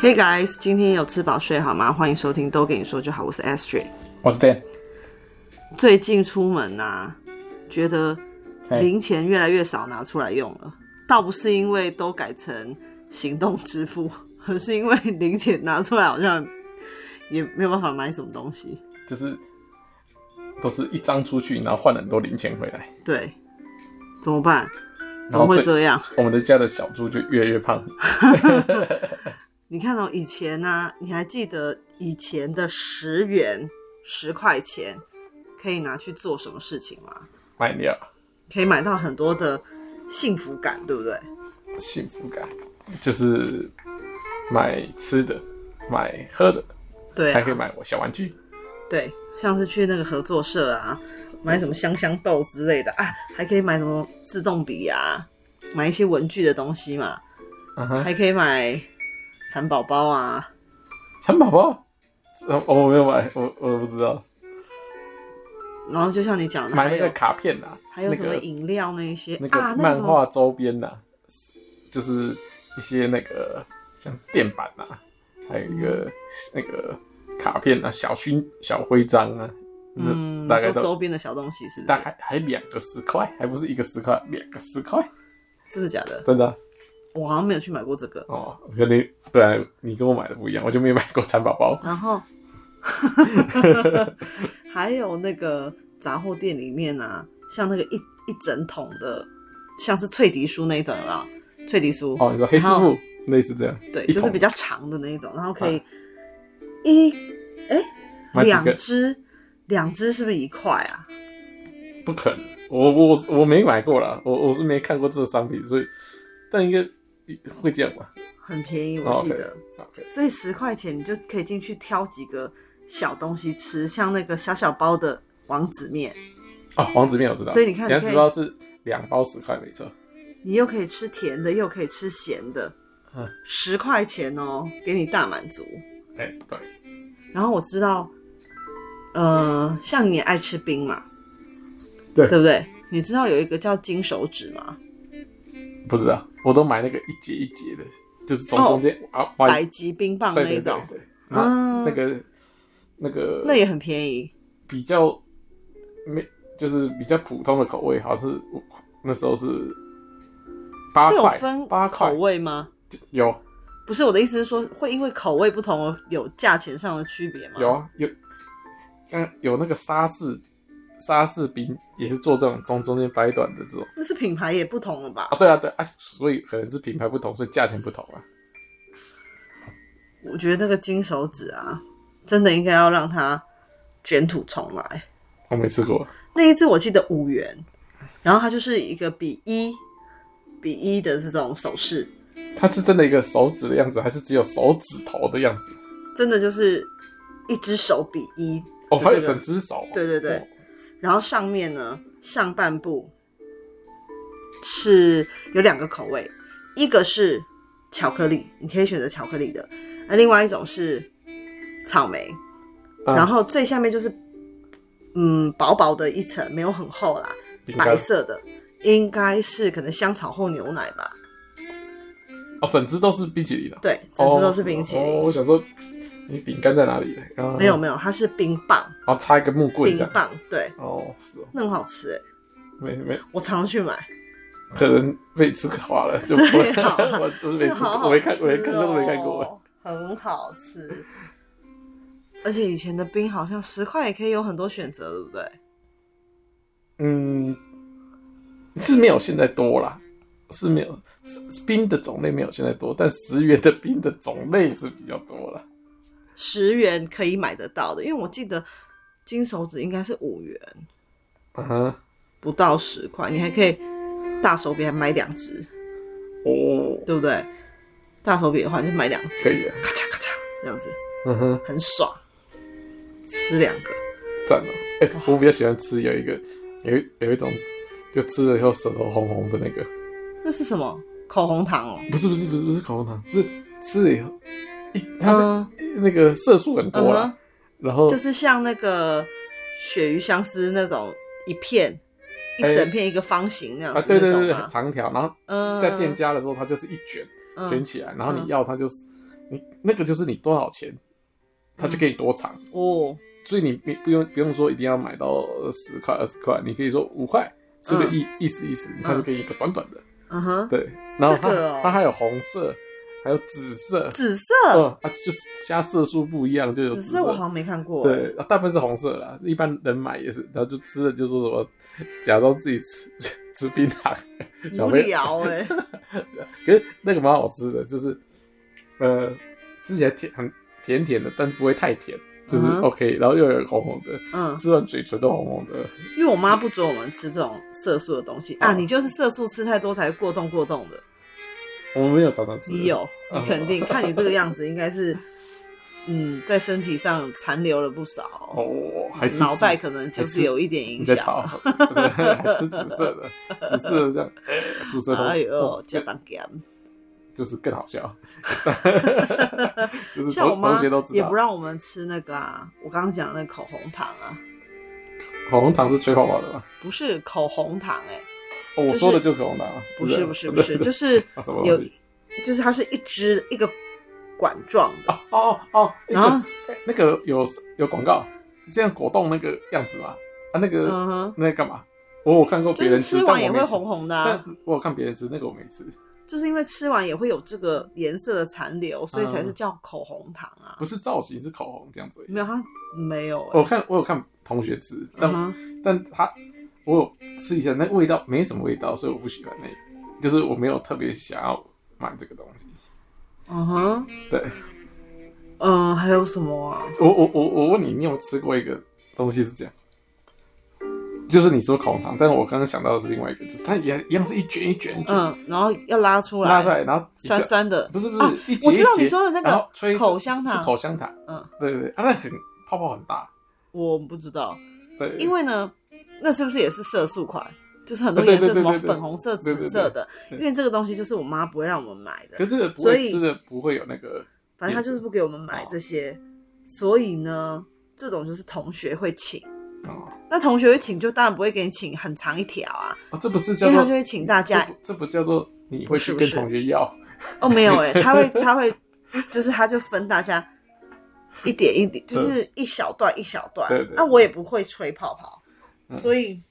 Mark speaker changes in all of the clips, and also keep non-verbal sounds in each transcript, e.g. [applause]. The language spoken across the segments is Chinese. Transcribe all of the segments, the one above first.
Speaker 1: Hey guys，今天有吃饱睡好吗？欢迎收听，都跟你说就好。我是 Astrid。
Speaker 2: 我是 Dan，
Speaker 1: 最近出门呐、啊觉得
Speaker 2: 嘿
Speaker 1: 零钱越来越少拿出来用了，倒不是因为都改成行动支付， [laughs] 而是因为零钱拿出来好像也没有办法买什么东西。
Speaker 2: 就是都是一张出去，然后换了很多零钱回来，
Speaker 1: 对，怎么办？怎
Speaker 2: 然
Speaker 1: 么
Speaker 2: 后
Speaker 1: 会
Speaker 2: 最
Speaker 1: 这样？
Speaker 2: 我们的家的小猪就越来越胖。
Speaker 1: 你看哦到、以前呢、你还记得以前的十元、十块钱可以拿去做什么事情吗？
Speaker 2: 卖掉
Speaker 1: 可以买到很多的幸福感，对不对？
Speaker 2: 幸福感，就是买吃的、买喝的，
Speaker 1: 对
Speaker 2: 还
Speaker 1: 啊
Speaker 2: 可以买我小玩具。
Speaker 1: 对，像是去那个合作社啊，买什么香香豆之类的啊，还可以买什么自动笔啊，买一些文具的东西嘛，
Speaker 2: 嗯哼，
Speaker 1: 还可以买蚕宝宝啊，
Speaker 2: 蚕宝宝，呃哦我没有买，我我不知道，
Speaker 1: 然后就像你讲的，
Speaker 2: 买
Speaker 1: 还
Speaker 2: 那
Speaker 1: 有
Speaker 2: 个卡片呐，
Speaker 1: 还有
Speaker 2: 那
Speaker 1: 什么
Speaker 2: 个
Speaker 1: 饮料那一些
Speaker 2: 那
Speaker 1: 啊那个什
Speaker 2: 个，漫
Speaker 1: 么
Speaker 2: 画周边呐，就是一些那个像垫板呐、还有一个那个卡片啊，小勋小徽章啊，
Speaker 1: 嗯，
Speaker 2: 那大概
Speaker 1: 你说
Speaker 2: 都
Speaker 1: 周边的小东西是不
Speaker 2: 大
Speaker 1: 是？
Speaker 2: 概还两个十块，还不是一个十块，两个十块，
Speaker 1: 真的假的？
Speaker 2: 真的啊
Speaker 1: 我好像没有去买过这个。
Speaker 2: 哦，跟你对啊，你跟我买的不一样，我就没有买过蚕宝宝，
Speaker 1: 然
Speaker 2: [laughs]
Speaker 1: 后还有那个杂货店里面啊，像那个一一整桶的，像是脆皮酥那一种啊，脆皮酥
Speaker 2: 哦，你说黑师
Speaker 1: 然后
Speaker 2: 傅类似这样，
Speaker 1: 对，
Speaker 2: 一
Speaker 1: 就是
Speaker 2: 桶啊
Speaker 1: 比较长的那一种，然后可以一哎
Speaker 2: 买几
Speaker 1: 两
Speaker 2: 个
Speaker 1: 只，两只是不是一块啊？
Speaker 2: 不可能，我我我没买过啦，我我是没看过这个商品，所以但应该会这样吧
Speaker 1: 很便宜，
Speaker 2: 哦
Speaker 1: 我记
Speaker 2: ，OK
Speaker 1: 得，
Speaker 2: ？OK，
Speaker 1: 所以十块钱你就可以进去挑几个小东西吃，像那个小小包的王子面，
Speaker 2: 哦，王子面我知道，
Speaker 1: 所以你看
Speaker 2: 要
Speaker 1: 你可以
Speaker 2: 知道是两包十块没错，
Speaker 1: 你又可以吃甜的，又可以吃咸的
Speaker 2: 嗯，
Speaker 1: 十块钱哦，给你大满足。
Speaker 2: 哎、对，
Speaker 1: 然后我知道，呃，像你也爱吃冰嘛，
Speaker 2: 对
Speaker 1: 对不对？你知道有一个叫金手指吗？
Speaker 2: 不知道，我都买那个一节一节的，就是从中间、啊挖
Speaker 1: 百
Speaker 2: 一
Speaker 1: 吉冰棒
Speaker 2: 对
Speaker 1: 哦那一
Speaker 2: 对
Speaker 1: 种
Speaker 2: 对，对，
Speaker 1: 啊
Speaker 2: 那那个那个
Speaker 1: 那也很便宜。
Speaker 2: 比较没就是比较普通的口味，好像是那时候是八
Speaker 1: 这有
Speaker 2: 块
Speaker 1: 分
Speaker 2: 八
Speaker 1: 口
Speaker 2: 块
Speaker 1: 味吗？
Speaker 2: 有
Speaker 1: 不是我的意思是说，会因为口味不同而有价钱上的区别吗？
Speaker 2: 有啊有，刚有那个沙士沙士饼也是做这种从中间掰断的这种。
Speaker 1: 那是品牌也不同了吧
Speaker 2: 啊，？对啊，对啊，所以可能是品牌不同，所以价钱不同啊。
Speaker 1: 我觉得那个金手指啊，真的应该要让它卷土重来。
Speaker 2: 我没吃过，
Speaker 1: 那一次我记得五元，然后它就是一个比一比一的这种手势，
Speaker 2: 它是真的一个手指的样子，还是只有手指头的样子？
Speaker 1: 真的就是一只手比一，对
Speaker 2: 哦，还有
Speaker 1: 这个
Speaker 2: 整只手哦、
Speaker 1: 对对对
Speaker 2: 哦
Speaker 1: 然后上面呢上半部是有两个口味，一个是巧克力，你可以选择巧克力的，那另外一种是草莓，
Speaker 2: 嗯
Speaker 1: 然后最下面就是嗯薄薄的一层，没有很厚啦，
Speaker 2: 饼干
Speaker 1: 白色的。应该是可能香草或牛奶吧，
Speaker 2: 哦，整只都是冰淇淋的，
Speaker 1: 对，整只都是冰淇淋。
Speaker 2: 哦，我哦想说，你饼干在哪里？然后
Speaker 1: 没有，没有，它是冰棒，
Speaker 2: 然后插一个木棍这
Speaker 1: 冰
Speaker 2: 样。
Speaker 1: 棒，对，
Speaker 2: 哦，是哦，
Speaker 1: 那很好吃哎，
Speaker 2: 没没，
Speaker 1: 我常去买。
Speaker 2: 可能被吃垮了，就不
Speaker 1: [laughs] 最
Speaker 2: 会。
Speaker 1: 好了
Speaker 2: [laughs] 我我
Speaker 1: 这
Speaker 2: 没
Speaker 1: 个
Speaker 2: 吃
Speaker 1: 好
Speaker 2: 过，
Speaker 1: 好
Speaker 2: 我没看，我没
Speaker 1: 吃
Speaker 2: 看过，都没看过。
Speaker 1: 哦，很好吃。而且以前的冰好像十块也可以有很多选择，对不对？
Speaker 2: 嗯，是没有现在多啦，是没有是冰的种类没有现在多，但十元的冰的种类是比较多了。
Speaker 1: 十元可以买得到的，因为我记得金手指应该是五元，
Speaker 2: 嗯哼，
Speaker 1: 不到十块，你还可以大手笔还买两只，
Speaker 2: 哦，
Speaker 1: 对不对？大手笔的话你就买两
Speaker 2: 可
Speaker 1: 只，
Speaker 2: 以啊，
Speaker 1: 咔嚓咔嚓这样子，
Speaker 2: 嗯哼，
Speaker 1: 很爽，吃两个。
Speaker 2: 赞哦。哎、我比较喜欢吃有一个有一有一种，就吃了以后舌头红红的那个，
Speaker 1: 那是什么？口红糖哦。
Speaker 2: 不是不是不是不是口红糖，是吃了以后一它是、
Speaker 1: 嗯
Speaker 2: 那个色素很多
Speaker 1: 嗯
Speaker 2: 啦，然后
Speaker 1: 就是像那个鳕鱼香丝那种一片一
Speaker 2: 哎
Speaker 1: 整片一个方形那样子、
Speaker 2: 啊对对对
Speaker 1: 那
Speaker 2: 啊对，
Speaker 1: 种吗
Speaker 2: 很长条，然后
Speaker 1: 嗯，
Speaker 2: 在店家的时候它就是一卷。
Speaker 1: 嗯
Speaker 2: 卷起来，然后
Speaker 1: 嗯
Speaker 2: 你要它就是你那个就是你多少钱，它就给你多长。
Speaker 1: 哦，
Speaker 2: 所以你不不用不用说一定要买到十块二十块，你可以说五块吃个意、意思意思，它就给你一个短短的。
Speaker 1: 嗯哼，
Speaker 2: [laughs] 对，然后它、
Speaker 1: 这个哦
Speaker 2: 它还有红色，还有紫色，
Speaker 1: 紫色，
Speaker 2: 嗯啊，就是加色数不一样就有
Speaker 1: 紫
Speaker 2: 紫
Speaker 1: 色我好像没看过。，
Speaker 2: 对，啊大部分是红色啦，一般人买也是，然后就吃了就说什么，假装自己吃 [laughs] 吃槟榔，小
Speaker 1: 无
Speaker 2: 朋友
Speaker 1: 聊哎、
Speaker 2: 可是那个蛮好吃的，就是呃吃起来甜很甜甜的，但不会太甜，就是
Speaker 1: 嗯哼
Speaker 2: OK，、然后又有红红的，
Speaker 1: [laughs] 嗯，
Speaker 2: 吃完嘴唇都红红的，
Speaker 1: 因为我妈不准我们吃这种色素的东西啊，
Speaker 2: 哦
Speaker 1: 你就是色素吃太多才过动过动的。
Speaker 2: 我们没有常常吃，
Speaker 1: 你有，你
Speaker 2: 嗯
Speaker 1: 肯定，看你这个样子，应该是嗯，在身体上残留了不少，
Speaker 2: 哦，还吃
Speaker 1: 脑袋
Speaker 2: 紫
Speaker 1: 可能就
Speaker 2: 还
Speaker 1: 是
Speaker 2: 吃
Speaker 1: 有一点影
Speaker 2: 哎你在
Speaker 1: 响。
Speaker 2: 吵， [laughs] 还吃紫色的，紫色的这样，吐舌头，
Speaker 1: 哎呦
Speaker 2: 哦，
Speaker 1: 就当 game，
Speaker 2: 就是更好
Speaker 1: [laughs]
Speaker 2: 笑，就是
Speaker 1: 像我
Speaker 2: 同同
Speaker 1: 妈
Speaker 2: 学都知
Speaker 1: 也
Speaker 2: 道
Speaker 1: 不，让我们吃那个啊，我刚刚讲的那口红糖啊，
Speaker 2: 口红糖是吹泡泡的吗？
Speaker 1: 不是口红糖哎、
Speaker 2: 哦，我
Speaker 1: 就是
Speaker 2: 说的就是口红糖啊，
Speaker 1: 不
Speaker 2: 的
Speaker 1: 是不是不
Speaker 2: [laughs]
Speaker 1: 是，
Speaker 2: 对
Speaker 1: 就是
Speaker 2: 啊什么东
Speaker 1: 有
Speaker 2: 西，
Speaker 1: 就是它是一支一个管状的，
Speaker 2: [laughs] 哦哦哦，
Speaker 1: 然
Speaker 2: 然
Speaker 1: 后
Speaker 2: 后那个有有广告，这样果冻那个样子嘛，啊那个
Speaker 1: 嗯哼，
Speaker 2: 那个干嘛？我有看过
Speaker 1: 就
Speaker 2: 别
Speaker 1: 是
Speaker 2: 人
Speaker 1: 吃
Speaker 2: 吃，但
Speaker 1: 完
Speaker 2: 我
Speaker 1: 也
Speaker 2: 没
Speaker 1: 会
Speaker 2: 吃
Speaker 1: 红红的、啊
Speaker 2: 但，我有看别人吃，那个我没吃，
Speaker 1: 就是因为吃完也会有这个颜色的残留，所以才是叫口红糖啊
Speaker 2: 不。是造型是口红这样子而已。
Speaker 1: 没有它没有、
Speaker 2: 我
Speaker 1: 欸，
Speaker 2: 看我有看同学吃，但
Speaker 1: 嗯哼，
Speaker 2: 但它我有吃一下，那味道没什么味道，所以我不喜欢那个，就是我没有特别想要买这个东西。
Speaker 1: 嗯哼，
Speaker 2: 对
Speaker 1: 嗯，还有什么啊？
Speaker 2: 我我我我问你，你有没有吃过一个东西是这样？就是你说口红糖，但我刚刚想到的是另外一个，就是它也一样是一卷一卷一卷、
Speaker 1: 嗯，然后要拉出来，
Speaker 2: 拉出来，然后一下
Speaker 1: 酸酸的，
Speaker 2: 不是不
Speaker 1: 啊
Speaker 2: 是，一节一
Speaker 1: 我知道
Speaker 2: 节
Speaker 1: 你说的那个
Speaker 2: 然后吹
Speaker 1: 口香糖
Speaker 2: 是是口香糖，
Speaker 1: 嗯，
Speaker 2: 对对对，啊，那很泡泡很大，
Speaker 1: 我不知道，
Speaker 2: 对，
Speaker 1: 因为呢，那是不是也是色素款？就是很多
Speaker 2: 对
Speaker 1: 颜
Speaker 2: 对
Speaker 1: 色，什
Speaker 2: 对
Speaker 1: 么
Speaker 2: 对对
Speaker 1: 粉红色、
Speaker 2: 对对
Speaker 1: 紫色的，
Speaker 2: 对
Speaker 1: 因为这个东西就是我妈不会让我们买的
Speaker 2: 可，是这个不
Speaker 1: 所
Speaker 2: 会
Speaker 1: 以
Speaker 2: 吃的不会有那个，
Speaker 1: 反正她就是不给我们买
Speaker 2: 哦
Speaker 1: 这些，所以呢，这种就是同学会请。
Speaker 2: 哦，
Speaker 1: 那同学会请，就当然不会给你请很长一条啊，
Speaker 2: 啊这不是
Speaker 1: 因
Speaker 2: 叫
Speaker 1: 为他
Speaker 2: 做
Speaker 1: 就会请大
Speaker 2: 这
Speaker 1: 家
Speaker 2: 不这不叫做你会去
Speaker 1: 不
Speaker 2: 跟
Speaker 1: 是不是
Speaker 2: 同学要，
Speaker 1: 哦，没
Speaker 2: [laughs]
Speaker 1: 有哎、他会他会，就是他就分大家一点一点，就是一小段一小段。
Speaker 2: 对对
Speaker 1: 那、我也不会吹泡泡，
Speaker 2: 嗯
Speaker 1: 所以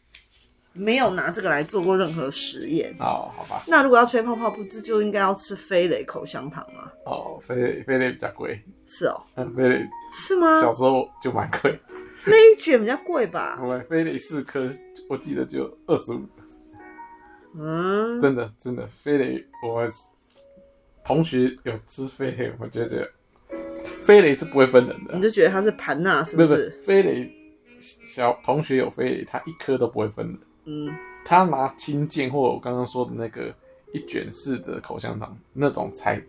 Speaker 1: 没有拿这个来做过任何实验。
Speaker 2: 哦，好吧，
Speaker 1: 那如果要吹泡泡，不就就应该要吃飞雷口香糖吗？
Speaker 2: 哦，飞飞雷比较贵，
Speaker 1: 是哦，
Speaker 2: 嗯飞雷
Speaker 1: 是吗？
Speaker 2: 小时候就蛮贵，
Speaker 1: 那一卷比较贵吧？
Speaker 2: 我买飞雷四颗，我记得就二十五，
Speaker 1: 嗯，
Speaker 2: 真的真的飞雷，我们同学有吃飞雷，我觉得飞雷是不会分人的
Speaker 1: 你，就觉得它是盘纳是
Speaker 2: 不是
Speaker 1: 不
Speaker 2: 不
Speaker 1: 是
Speaker 2: 是？飞雷，小同学有飞雷，他一颗都不会分的。
Speaker 1: 嗯，
Speaker 2: 他拿青剑或我刚刚说的那个一卷式的口香糖那种才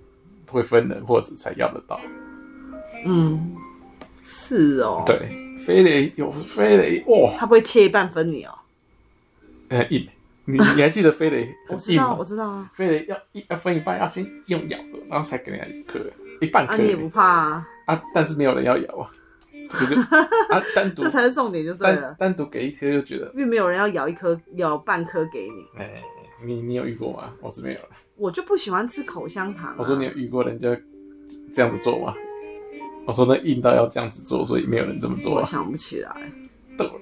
Speaker 2: 会分人，或者才要得到。
Speaker 1: 嗯，是哦。，
Speaker 2: 对，飞雷有飞雷，哇，
Speaker 1: 它不会切一半分你哦。
Speaker 2: 很硬。呃你你还记得飞雷
Speaker 1: [laughs] 我
Speaker 2: 很
Speaker 1: 知
Speaker 2: 硬
Speaker 1: 道，
Speaker 2: 吗
Speaker 1: 我？知道啊。
Speaker 2: 飞雷要一要分一半，要先用咬的，然后才给人家一颗，一半
Speaker 1: 啊，
Speaker 2: 颗
Speaker 1: 你也不怕啊，
Speaker 2: 啊，但是没有人要咬啊，这
Speaker 1: [laughs]
Speaker 2: 个就啊单独
Speaker 1: 这才是重点就对了
Speaker 2: 单。单独给一颗就觉得，
Speaker 1: 因为没有人要咬一颗，咬半颗给你，
Speaker 2: 哎、你你有遇过吗？我是没有。
Speaker 1: 我就不喜欢吃口香糖、啊。
Speaker 2: 我说你有遇过人家这样子做吗？我说那硬到要这样子做，所以没有人这么做
Speaker 1: 我
Speaker 2: 啊。
Speaker 1: 想不起来，
Speaker 2: 对呀，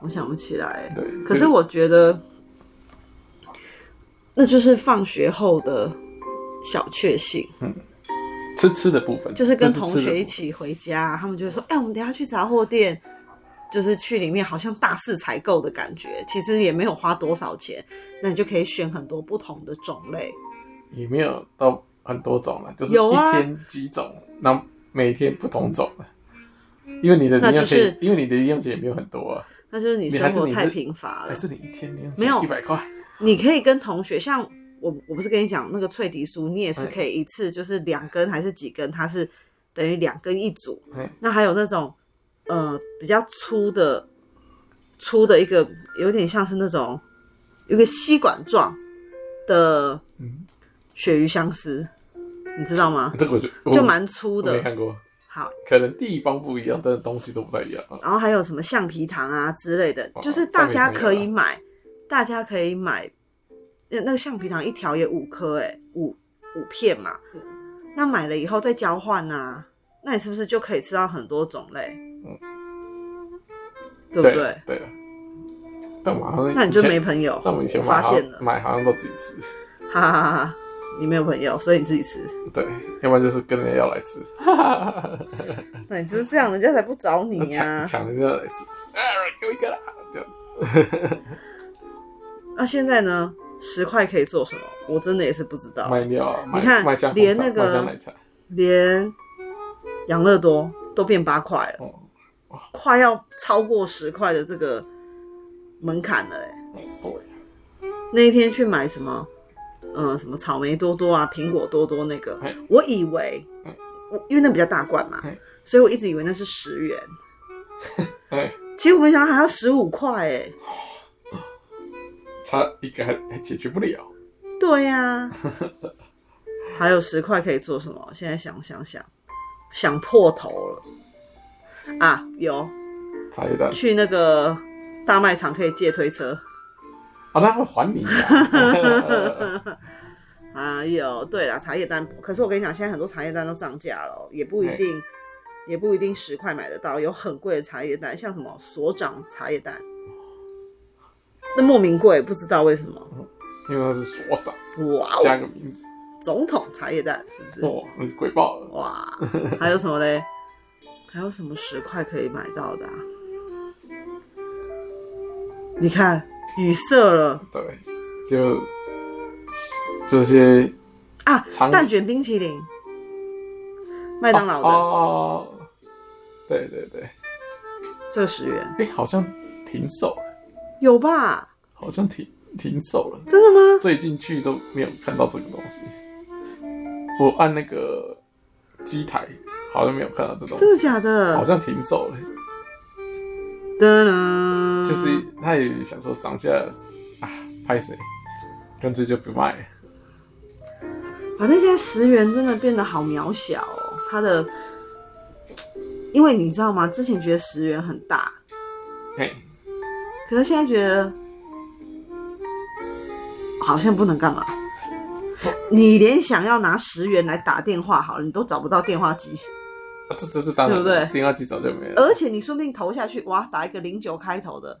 Speaker 1: 我想不起来。
Speaker 2: 对。啊
Speaker 1: 可
Speaker 2: 这
Speaker 1: 是
Speaker 2: 个
Speaker 1: 我觉得，那就是放学后的小确幸，
Speaker 2: 嗯吃吃的部分，
Speaker 1: 就是跟
Speaker 2: 这
Speaker 1: 同
Speaker 2: 吃的
Speaker 1: 学一
Speaker 2: 部分
Speaker 1: 起回家，他们就会说：“哎、我们等一下去杂货店。”就是去里面好像大肆采购的感觉，其实也没有花多少钱，那你就可以选很多不同的种类。
Speaker 2: 也没有到很多种了，就是
Speaker 1: 有
Speaker 2: 一
Speaker 1: 啊
Speaker 2: 天几种，然后每天不同种了。因为你的
Speaker 1: 那
Speaker 2: 零
Speaker 1: 就
Speaker 2: 用
Speaker 1: 是
Speaker 2: 钱，因为你的零用钱也没有很多啊，
Speaker 1: 那就是你
Speaker 2: 你
Speaker 1: 生
Speaker 2: 还是
Speaker 1: 活
Speaker 2: 你
Speaker 1: 太
Speaker 2: 是
Speaker 1: 贫乏了，
Speaker 2: 还是你一天零用
Speaker 1: 没有
Speaker 2: 钱一百块，
Speaker 1: 你可以跟同学，像我，我不是跟你讲那个脆皮酥，你也是可以一次就是两根还是几根，它是等于两根一组。
Speaker 2: 嗯
Speaker 1: 那还有那种呃比较粗的，粗的一个有点像是那种有个吸管状的
Speaker 2: 嗯
Speaker 1: 鳕鱼香丝，你知道吗？
Speaker 2: 这个我就哦我
Speaker 1: 就蛮粗
Speaker 2: 我没
Speaker 1: 的。
Speaker 2: 看过，
Speaker 1: 好，
Speaker 2: 可能地方不一样，但是东西都不太一样啊。
Speaker 1: 然后还有什么橡皮糖啊之类的，
Speaker 2: 哦
Speaker 1: 就是大家
Speaker 2: 橡皮糖
Speaker 1: 可
Speaker 2: 也
Speaker 1: 以
Speaker 2: 有啊
Speaker 1: 买，大家可以欸买，那那个橡皮糖一条也五颗哎、五五片嘛，那买了以后再交换啊，那你是不是就可以吃到很多种类？对不
Speaker 2: 对
Speaker 1: 对？
Speaker 2: 了嗯对了，但我好像
Speaker 1: 那你就
Speaker 2: 以前
Speaker 1: 没朋
Speaker 2: [laughs]
Speaker 1: 友，
Speaker 2: 但我以前
Speaker 1: 发
Speaker 2: 买好
Speaker 1: 现
Speaker 2: 像
Speaker 1: 了，
Speaker 2: 买好像都自己吃，
Speaker 1: 哈哈哈哈！你没有朋友，所以你自己吃。
Speaker 2: 对，要不然就是跟人家要来吃， [laughs]
Speaker 1: 那你就是这样，人家才不找你
Speaker 2: [laughs]
Speaker 1: 呀、
Speaker 2: 抢
Speaker 1: 啊。
Speaker 2: 抢人家来吃，哎，给我一个啦，就
Speaker 1: 那、现在呢？十块可以做什么？我真的也是不知道。
Speaker 2: 卖掉啊，卖
Speaker 1: 你看
Speaker 2: 卖香红
Speaker 1: 连
Speaker 2: 茶
Speaker 1: 那个
Speaker 2: 卖香奶茶，
Speaker 1: 连养乐多都变八块了，
Speaker 2: 哦
Speaker 1: 快要超过十块的这个门槛了、欸。
Speaker 2: 嗯对，
Speaker 1: 那一天去买什么，呃，什么草莓多多啊、苹果多多那个
Speaker 2: 哎，
Speaker 1: 我以为
Speaker 2: 哎，
Speaker 1: 我因为那比较大罐嘛
Speaker 2: 哎，
Speaker 1: 所以我一直以为那是十元，
Speaker 2: 哎，
Speaker 1: 其实我没想到还要十五块哎。
Speaker 2: 差一个还还解决不了，
Speaker 1: 对呀、
Speaker 2: [laughs]
Speaker 1: 还有十块可以做什么？现在想想想，想破头了啊！有
Speaker 2: 差一单，
Speaker 1: 去那个大卖场可以借推车。
Speaker 2: 好，那会还你啊， [laughs]
Speaker 1: 啊，有对啦，茶叶蛋。可是我跟你讲，现在很多茶叶蛋都涨价了哦，也不一定，也不一定十块买得到，有很贵的茶叶蛋，像什么所长茶叶蛋，那莫名贵，不知道为什么。
Speaker 2: 因为他是所长，
Speaker 1: 哇
Speaker 2: 加哦
Speaker 1: 哦，
Speaker 2: 个名字，
Speaker 1: 总统茶叶蛋是不是？
Speaker 2: 哇，那就贵爆了，
Speaker 1: 哇，还有什么嘞？还有什么十块可以买到的、啊？你看，语塞了
Speaker 2: 对，就这些
Speaker 1: 啊！
Speaker 2: 长
Speaker 1: 蛋卷冰淇淋，麦当劳的、
Speaker 2: 哦，哦对对对，
Speaker 1: 这个十元
Speaker 2: 哎，好像停售了，
Speaker 1: 有吧？
Speaker 2: 好像停停售了。
Speaker 1: 真的吗？
Speaker 2: 最近去都没有看到这个东西。我按那个机台，好像没有看到这东
Speaker 1: 真的
Speaker 2: 西，
Speaker 1: 假的？
Speaker 2: 好像停售了。
Speaker 1: 噔噔
Speaker 2: 就是他也想说涨价啊，拍谁，干脆就不卖了。
Speaker 1: 反正现在十元真的变得好渺小哦，它的，因为你知道吗？之前觉得十元很大，
Speaker 2: 嘿，
Speaker 1: 可是现在觉得好像不能干嘛。
Speaker 2: 哦
Speaker 1: 你连想要拿十元来打电话好了，你都找不到电话机，
Speaker 2: 啊这这这当然
Speaker 1: 对
Speaker 2: 了，
Speaker 1: 不对呃
Speaker 2: 电话机早就没了。
Speaker 1: 而且你说不定投下去，哇，打一个零九开头的，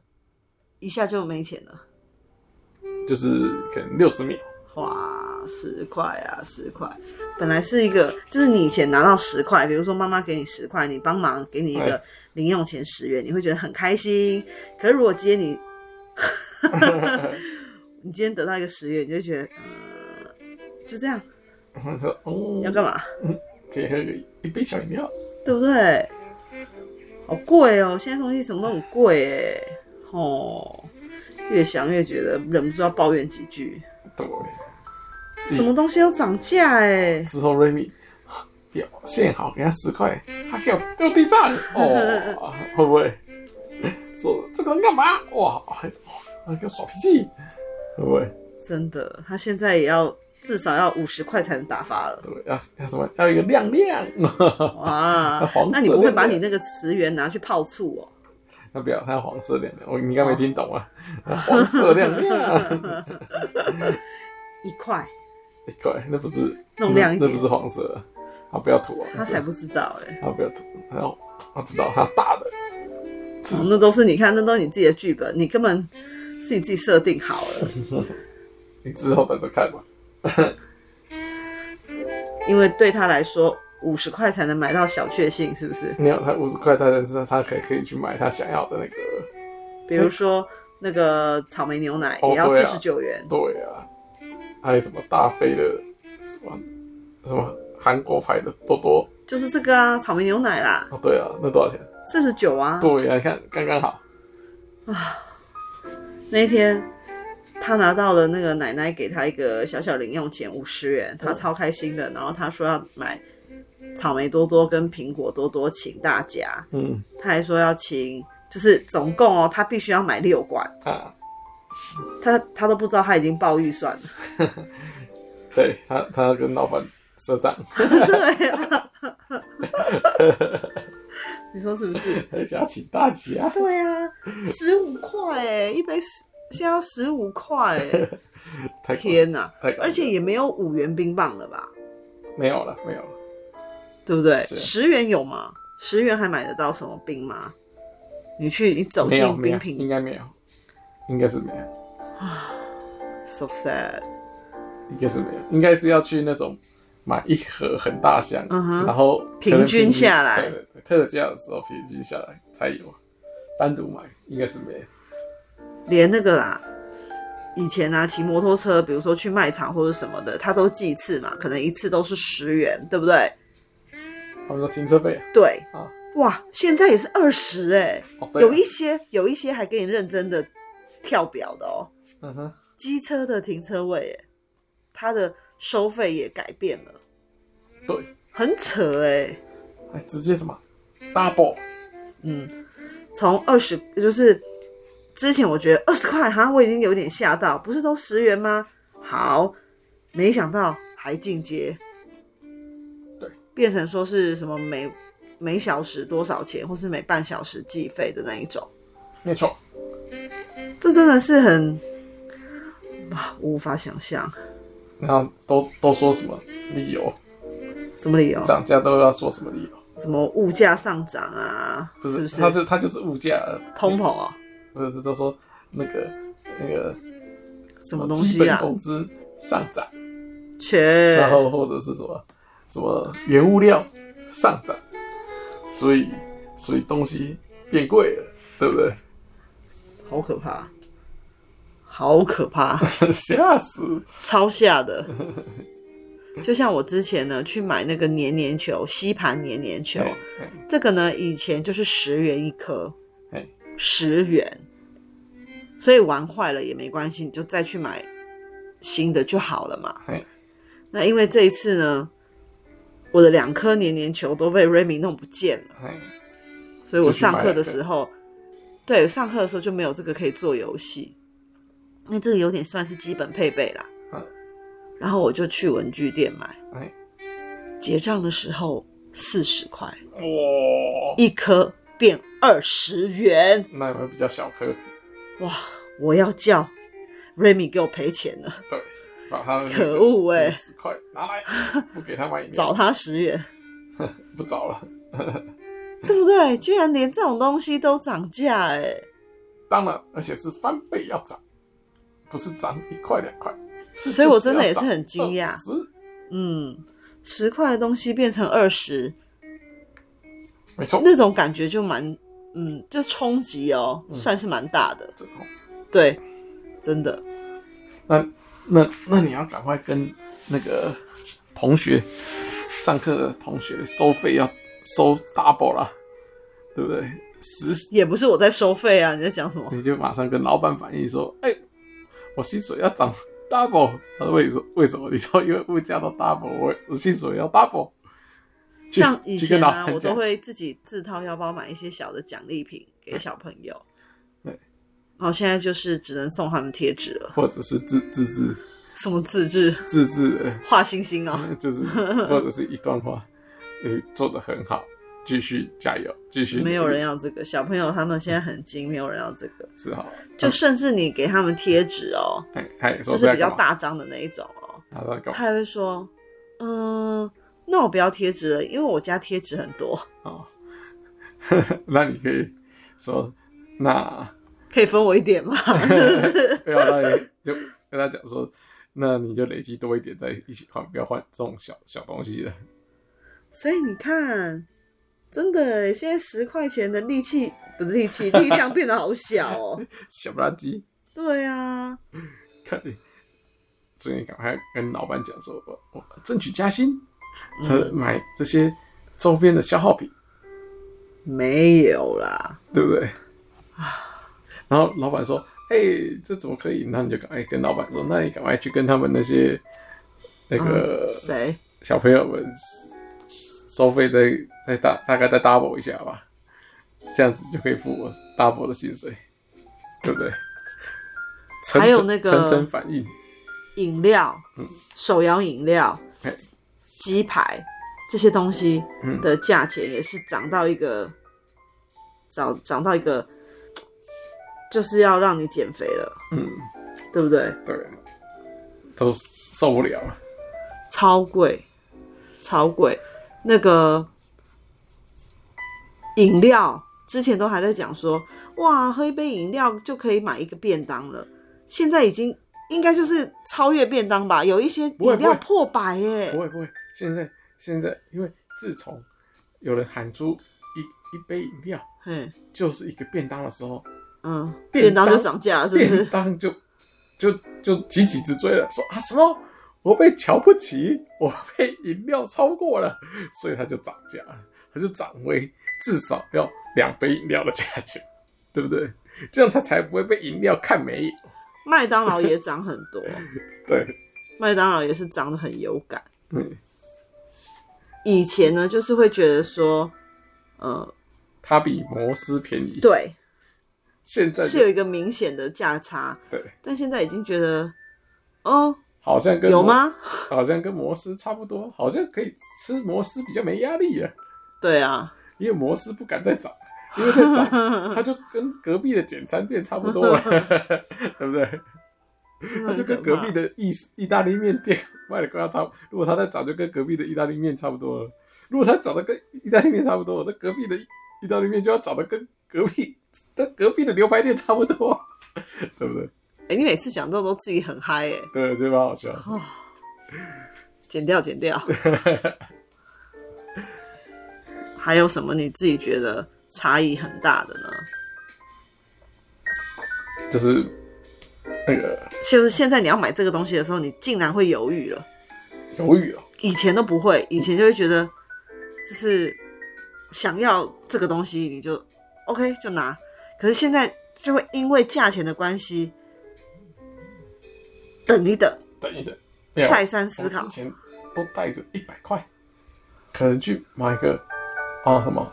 Speaker 1: 一下就没钱了。
Speaker 2: 就是可能六十秒，
Speaker 1: 哇，十块啊，十块！本来是一个，就是你以前拿到十块，比如说妈妈给你十块，你帮忙给你一个
Speaker 2: 哎
Speaker 1: 零用钱十元，你会觉得很开心。可是如果今天你， [laughs] 你今天得到一个十元，你就觉得，嗯，就这样，
Speaker 2: 他说哦，
Speaker 1: 要干嘛？
Speaker 2: 可以喝个一杯小饮料，
Speaker 1: 对不对？好贵哦，现在东西什么都很贵哎，哦，越想越觉得忍不住要抱怨几句，
Speaker 2: 对。
Speaker 1: 什么东西都涨价哎。
Speaker 2: 之后瑞米表现好，给他十块，他给我掉地
Speaker 1: [laughs]
Speaker 2: 上，哦，会不会说这个人干嘛？哇，还给我耍脾气，会不会？
Speaker 1: 真的，他现在也要至少要五十块才能打发
Speaker 2: [laughs]
Speaker 1: 了。
Speaker 2: 对不对？要要什么？要一个亮亮，
Speaker 1: 哇
Speaker 2: 黄，
Speaker 1: 那你
Speaker 2: 色
Speaker 1: 不会
Speaker 2: 亮
Speaker 1: 把
Speaker 2: 亮
Speaker 1: 你那个十元拿去泡醋哦？
Speaker 2: 他不要，他要黄色亮亮。我你应该没听懂啊， [laughs] 黄色亮亮，
Speaker 1: [laughs]
Speaker 2: [laughs]
Speaker 1: 一块，
Speaker 2: 一块，那不是
Speaker 1: 弄亮一点
Speaker 2: 那那不是黄色，他不要涂啊
Speaker 1: 他
Speaker 2: 黄色
Speaker 1: 才，不知道哎、
Speaker 2: 他不要涂，他要我知道他要大的，
Speaker 1: 哦那都是你看，那都是你自己的剧本，你根本是你自己设定好了。
Speaker 2: 你之后等着看吧。
Speaker 1: 因为对他来说，五十块才能买到小确幸，是不是？
Speaker 2: 没有，他五十块，他但是他可以可以去买他想要的那个。
Speaker 1: 比如说那个草莓牛奶
Speaker 2: 哦
Speaker 1: 也要
Speaker 2: 对
Speaker 1: 四
Speaker 2: 啊
Speaker 1: 十九元，
Speaker 2: 对啊，还有什么大杯的什么什么韩国牌的多多
Speaker 1: 就是这个啊，草莓牛奶啦，
Speaker 2: 哦，对啊，那多少钱？
Speaker 1: 四十九啊。
Speaker 2: 对啊，你看刚刚好。
Speaker 1: 那一天，他拿到了那个奶奶给他一个小小零用钱五十元，他超开心的。然后他说要买草莓多多跟苹果多多请大家，
Speaker 2: 嗯
Speaker 1: 他还说要请，就是总共哦，他必须要买六罐，
Speaker 2: 啊，
Speaker 1: 他他都不知道他已经报预算了。
Speaker 2: 对他他跟老板赊账， [laughs]
Speaker 1: 对啊，你说是不是？
Speaker 2: 而且要请大
Speaker 1: [laughs]
Speaker 2: 家。
Speaker 1: 对啊，十五块哎，一杯十现在要十五块哎， [laughs]
Speaker 2: 太搞笑
Speaker 1: 天哪、
Speaker 2: 太搞笑
Speaker 1: 而且也没有五元冰棒了吧？
Speaker 2: 没有了，没有了。
Speaker 1: 对不对？
Speaker 2: 是
Speaker 1: 十元有吗？十元还买得到什么冰吗？你去，你走
Speaker 2: 没有
Speaker 1: 进
Speaker 2: 没有
Speaker 1: 冰，
Speaker 2: 应
Speaker 1: 品
Speaker 2: 该没有，应该是没有，
Speaker 1: ，so sad。
Speaker 2: 应该是没有，应该是要去那种买一盒很大箱，
Speaker 1: 嗯哼
Speaker 2: 然后可
Speaker 1: 平
Speaker 2: 能
Speaker 1: 均下来
Speaker 2: 对对对，特价的时候平均下来才有，单独买应该是没有。
Speaker 1: 连那个啦，以前啊骑摩托车，比如说去卖场或者什么的，它都计次嘛，可能一次都是十元，对不对？
Speaker 2: 他们说停车费
Speaker 1: 对，
Speaker 2: 啊，
Speaker 1: 哇，现在也是二十哎，
Speaker 2: 哦对啊
Speaker 1: 有一些有一些还给你认真的跳表的哦，
Speaker 2: 嗯哼，
Speaker 1: 机车的停车位哎，它的收费也改变了，
Speaker 2: 对，
Speaker 1: 很扯哎，
Speaker 2: 还直接什么 double，
Speaker 1: 从二十就是之前我觉得二十块哈，我已经有点吓到，不是都十元吗？好，没想到还进阶，
Speaker 2: 对，
Speaker 1: 变成说是什么每每小时多少钱，或是每半小时计费的那一种，
Speaker 2: 没错，
Speaker 1: 这真的是很哇，无法想象，
Speaker 2: 然后都都说什么理由，
Speaker 1: 什么理由？
Speaker 2: 涨价都要说什么理由，
Speaker 1: 什么物价上涨啊？
Speaker 2: 不
Speaker 1: 是
Speaker 2: 是，
Speaker 1: 不
Speaker 2: 他是他就是物价，
Speaker 1: 通膨哦，
Speaker 2: 不是是都说那个那个
Speaker 1: 什么东
Speaker 2: 基
Speaker 1: 西
Speaker 2: 本
Speaker 1: 啊？
Speaker 2: 工资上涨。
Speaker 1: 全
Speaker 2: 然后或者是什么什么原物料上涨，所以所以东西变贵了，对不对？ [laughs]
Speaker 1: 好可怕，好可怕。
Speaker 2: 吓死！
Speaker 1: 超吓的。就像我之前呢去买那个黏黏球，吸盘黏黏球，
Speaker 2: 哎哎
Speaker 1: 这个呢以前就是十元一颗，
Speaker 2: 哎，
Speaker 1: 十元，所以玩坏了也没关系，你就再去买新的就好了嘛。
Speaker 2: 嘿
Speaker 1: 那因为这一次呢，我的两颗黏黏球都被 Remy 弄不见了，
Speaker 2: 嘿，
Speaker 1: 所以我
Speaker 2: 就去买
Speaker 1: 上课的
Speaker 2: 两个
Speaker 1: 时候，对上课的时候就没有这个可以做游戏，因为这个有点算是基本配备啦。
Speaker 2: 嗯
Speaker 1: 然后我就去文具店买，
Speaker 2: 哎，
Speaker 1: 结账的时候四十块
Speaker 2: 哎哇，
Speaker 1: 一颗变二十元，
Speaker 2: 那有没有比较小颗？
Speaker 1: 哇！我要叫 Remy 给我赔钱了，
Speaker 2: 对，把他的
Speaker 1: 可恶哎
Speaker 2: 十块拿来，不给他买饮
Speaker 1: 找
Speaker 2: 料，
Speaker 1: 他十元，
Speaker 2: 不找了。
Speaker 1: 对不对？居然连这种东西都涨价哎、
Speaker 2: 当然，而且是翻倍要涨，不是涨一块两块。
Speaker 1: 所以我真的也是很惊讶
Speaker 2: 十
Speaker 1: 嗯，十块的东西变成二十，
Speaker 2: 没错，
Speaker 1: 那种感觉就蛮，嗯，就冲击哦，
Speaker 2: 嗯
Speaker 1: 算是蛮大的，
Speaker 2: 真的哦
Speaker 1: 对，真的
Speaker 2: 那那那你要赶快跟那个同学上课的同学收费要收 double 啦，对不对？十
Speaker 1: 也不是我在收费啊，你在讲什么？
Speaker 2: 你就马上跟老板反映说，哎、我薪水要涨 double。他说为什为什么？你说因为物价都 double，我我薪水要 double。去
Speaker 1: 像以
Speaker 2: 去
Speaker 1: 前
Speaker 2: 跟老
Speaker 1: 啊，
Speaker 2: 板
Speaker 1: 我都
Speaker 2: 讲，
Speaker 1: 会自己自掏腰包买一些小的奖励品给小朋友。
Speaker 2: 对
Speaker 1: 然后现在就是只能送他们贴纸了，
Speaker 2: 或者是自自制
Speaker 1: 什么自制
Speaker 2: 自制的
Speaker 1: 画星星啊、
Speaker 2: 就是或者是一段话，你做的很好，继续加油，继续努力
Speaker 1: 没有人要这个。小朋友他们现在很精，没有人要这个。
Speaker 2: 只好
Speaker 1: 就甚至你给他们贴纸哦，
Speaker 2: 哎，他也说
Speaker 1: 就是比
Speaker 2: 这样
Speaker 1: 较
Speaker 2: 干
Speaker 1: 大
Speaker 2: 嘛，
Speaker 1: 张的那一种哦，
Speaker 2: 他在干
Speaker 1: 他
Speaker 2: 嘛？
Speaker 1: 还会说，嗯，那我不要贴纸了，因为我家贴纸很多， [laughs]
Speaker 2: 哦， [laughs] 那你可以说，
Speaker 1: [laughs]
Speaker 2: 那
Speaker 1: 可以分我一点吗？ [laughs]
Speaker 2: 不要，那你就跟他讲说，那你就累积多一点在一起换，不要换这种小小东西了。
Speaker 1: 所以你看，真的耶，现在十块钱的力气不是力气，力量变得好小哦。
Speaker 2: 小不拉几，
Speaker 1: 对啊，
Speaker 2: 看你，所以你赶快跟老板讲说，我我争取加薪，才
Speaker 1: 嗯
Speaker 2: 买这些周边的消耗品，
Speaker 1: 没有啦，
Speaker 2: 对不对？然后老板说，哎、这怎么可以？那你就赶快跟老板说，那你赶快去跟他们那些那
Speaker 1: 嗯
Speaker 2: 个。
Speaker 1: 谁？
Speaker 2: 小朋友们收费再再大大概再 double 一下吧，这样子就可以付我 double 的薪水，对不对？层层
Speaker 1: 还有那个
Speaker 2: 层层反应，
Speaker 1: 饮料、
Speaker 2: 嗯
Speaker 1: 手摇饮料
Speaker 2: 哎、
Speaker 1: 鸡排这些东西
Speaker 2: 嗯
Speaker 1: 的价钱也是涨到一个涨涨到一个，就是要让你减肥了，
Speaker 2: 嗯，
Speaker 1: 对不对？
Speaker 2: 对，都受不了了。
Speaker 1: 超贵。超贵。那个饮料之前都还在讲说，哇，喝一杯饮料就可以买一个便当了，现在已经应该就是超越便当吧？有一些
Speaker 2: 不会
Speaker 1: 饮料
Speaker 2: 不会
Speaker 1: 破百耶、
Speaker 2: 不会不会，现在现在因为自从有人喊出一一杯饮料
Speaker 1: 嘿，
Speaker 2: 就是一个便当的时候，
Speaker 1: 嗯，便
Speaker 2: 便
Speaker 1: 当
Speaker 2: 当
Speaker 1: 就涨价了，是不
Speaker 2: [laughs] 便
Speaker 1: 是？
Speaker 2: 当就就就急起直追了，说啊什么我被瞧不起，我被饮料超过了，所以他就涨价了，他就涨为至少要两杯饮料的价钱，对不对？这样他才不会被饮料看没眼。
Speaker 1: [laughs] 麦当劳也涨很
Speaker 2: [laughs]
Speaker 1: 多，
Speaker 2: 对，
Speaker 1: 麦当劳也是涨得很有感。
Speaker 2: 嗯，
Speaker 1: 以前呢，就是会觉得说，呃，
Speaker 2: 它比摩斯便宜。
Speaker 1: 对，
Speaker 2: 现在
Speaker 1: 是
Speaker 2: 就
Speaker 1: 有一个明显的价差，
Speaker 2: 对，
Speaker 1: 但现在已经觉得，哦，
Speaker 2: 好像跟
Speaker 1: 有
Speaker 2: 摩
Speaker 1: 吗？
Speaker 2: 好像跟摩斯差不多，好像可以吃摩斯比较没压力了，
Speaker 1: [laughs] 对啊，
Speaker 2: 因为摩斯不敢再涨，因为再
Speaker 1: [laughs]
Speaker 2: 涨它就跟隔壁的简餐店差不多了， [laughs] 对不对？
Speaker 1: 真的
Speaker 2: 它
Speaker 1: 很
Speaker 2: 就跟
Speaker 1: 可
Speaker 2: 隔
Speaker 1: 怕
Speaker 2: 壁的意意大利面店卖的跟它差不，如果它再涨，就跟隔壁的意大利面差不多了。如果它涨得跟意大利面差不多，那隔壁的意大利面就要涨得跟隔壁跟隔壁的牛排店差不多， [laughs] 对不对？
Speaker 1: 哎、你每次讲这种都自己很嗨哎、哦
Speaker 2: 对，我觉得蛮好笑的。
Speaker 1: 剪掉剪
Speaker 2: [laughs]
Speaker 1: 掉。还有什么你自己觉得差异很大的呢？
Speaker 2: 就是那个
Speaker 1: 就是现在你要买这个东西的时候，你竟然会犹豫了。
Speaker 2: 鱿鱼哦，
Speaker 1: 以前都不会，以前就会觉得就是想要这个东西，你就 OK 就拿。可是现在就会因为价钱的关系，等一等，
Speaker 2: 等一等，没有
Speaker 1: 再三思考
Speaker 2: 我之。前都带着一百块，可能去买个啊什么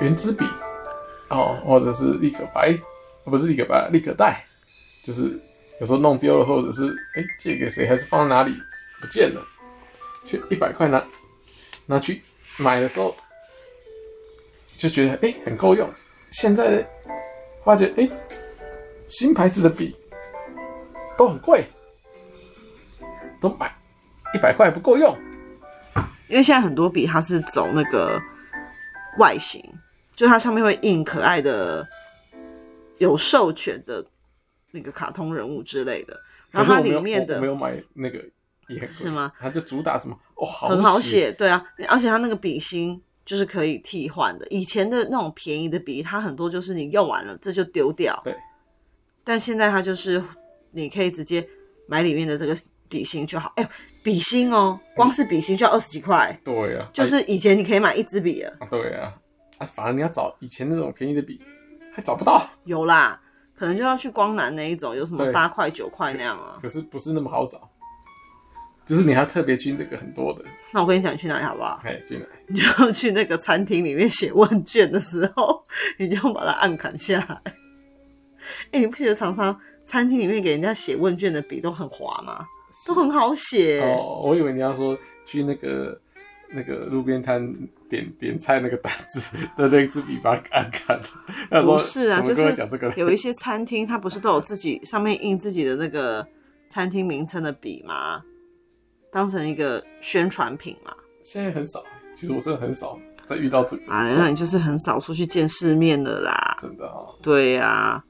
Speaker 2: 圆珠笔哦，或者是立可白，啊不是立可白，立可带，就是有时候弄丢了，或者是哎、借给谁，还是放在哪里不见了，去一百块拿拿去买的时候，就觉得哎、很够用。现在发觉哎、新牌子的笔都很贵，都买一百块不够用。
Speaker 1: 因为现在很多笔它是走那个外形，就它上面会印可爱的有授权的那个卡通人物之类的，然
Speaker 2: 可
Speaker 1: 后
Speaker 2: 是
Speaker 1: 它
Speaker 2: 我没
Speaker 1: 里
Speaker 2: 有
Speaker 1: 面
Speaker 2: 我没
Speaker 1: 的
Speaker 2: 有买那个也很贵
Speaker 1: 是吗？
Speaker 2: 它就主打什么哦，好
Speaker 1: 很好
Speaker 2: 写，
Speaker 1: 写，对啊，而且它那个笔芯就是可以替换的，以前的那种便宜的笔，它很多就是你用完了这就丢掉，
Speaker 2: 对，
Speaker 1: 但现在它就是你可以直接买里面的这个笔芯就好，哎、笔芯哦，光是笔芯就要二十几块，
Speaker 2: 对啊，
Speaker 1: 就是以前你可以买一支笔了。
Speaker 2: 哎对啊，啊，反而你要找以前那种便宜的笔，还找不到，
Speaker 1: 有啦，可能就要去光南那一种，有什么
Speaker 2: 对
Speaker 1: 八块九块那样啊。
Speaker 2: 可是不是那么好找，就是你还要特别去那个很多的，
Speaker 1: 那我跟你讲，你去哪里好不好？
Speaker 2: 哎，进来，
Speaker 1: 你就去那个餐厅里面写问卷的时候，你就把它按砍下来。哎、你不觉得常常餐厅里面给人家写问卷的笔都很滑吗？都很好写、
Speaker 2: 哦，我以为你要说去那个那个路边摊点点菜那个单子的那支笔把它按看，他说
Speaker 1: 不是啊，
Speaker 2: 怎
Speaker 1: 就
Speaker 2: 么跟我
Speaker 1: 是
Speaker 2: 讲这个呢？
Speaker 1: 有一些餐厅它不是都有自己上面印自己的那个餐厅名称的笔吗？当成一个宣传品嘛。
Speaker 2: 现在很少，其实我真的很少再遇到这个，
Speaker 1: 啊，那你就是很少出去见世面了啦。
Speaker 2: 真的啊，
Speaker 1: 对呀、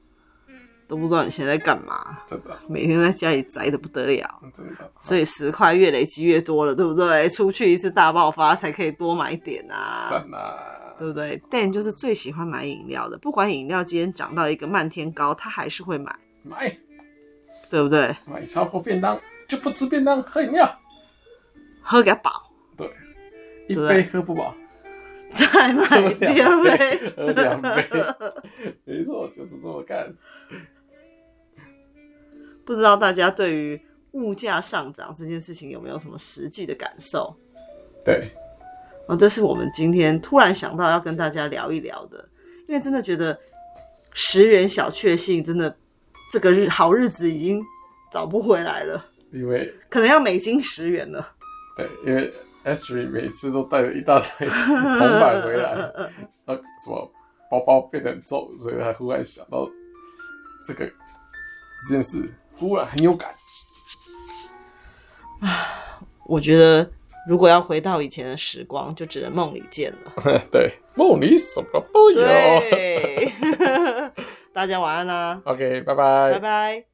Speaker 1: 都不知道你现在在干嘛，
Speaker 2: 真的，
Speaker 1: 每天在家里宅的不得了，
Speaker 2: 真的，
Speaker 1: 所以十块越累积越多了，对不对？出去一次大爆发才可以多买点啊，
Speaker 2: 赞啊！
Speaker 1: 对不对？Dan 就是最喜欢买饮料的，不管饮料今天涨到一个漫天高，他还是会买，
Speaker 2: 买
Speaker 1: 对不对？
Speaker 2: 买超过便当就不吃便当，喝饮料，
Speaker 1: 喝给他饱， [laughs]
Speaker 2: 对，一
Speaker 1: 对
Speaker 2: 杯喝
Speaker 1: [laughs]
Speaker 2: 不饱，
Speaker 1: 再
Speaker 2: 喝
Speaker 1: 买第
Speaker 2: 两
Speaker 1: 二
Speaker 2: 杯
Speaker 1: 杯。，
Speaker 2: 喝两杯， [laughs] 没错，就是这么干。
Speaker 1: 不知道大家对于物价上涨这件事情有没有什么实际的感受？
Speaker 2: 对，
Speaker 1: 哦，这是我们今天突然想到要跟大家聊一聊的，因为真的觉得十元小确幸，真的这个日好日子已经找不回来了，
Speaker 2: 因为
Speaker 1: 可能要美金十元了。
Speaker 2: 对，因为 Ashley 每次都带着一大堆铜板回来， [laughs] 那什么包包变得很重，所以他忽然想到这个这件事，忽然很有感。
Speaker 1: 我觉得如果要回到以前的时光，就只能梦里见了。
Speaker 2: [laughs] 对，梦里什么都有。
Speaker 1: [laughs] 对，大家晚安啦、啊
Speaker 2: OK，拜拜
Speaker 1: 拜。拜。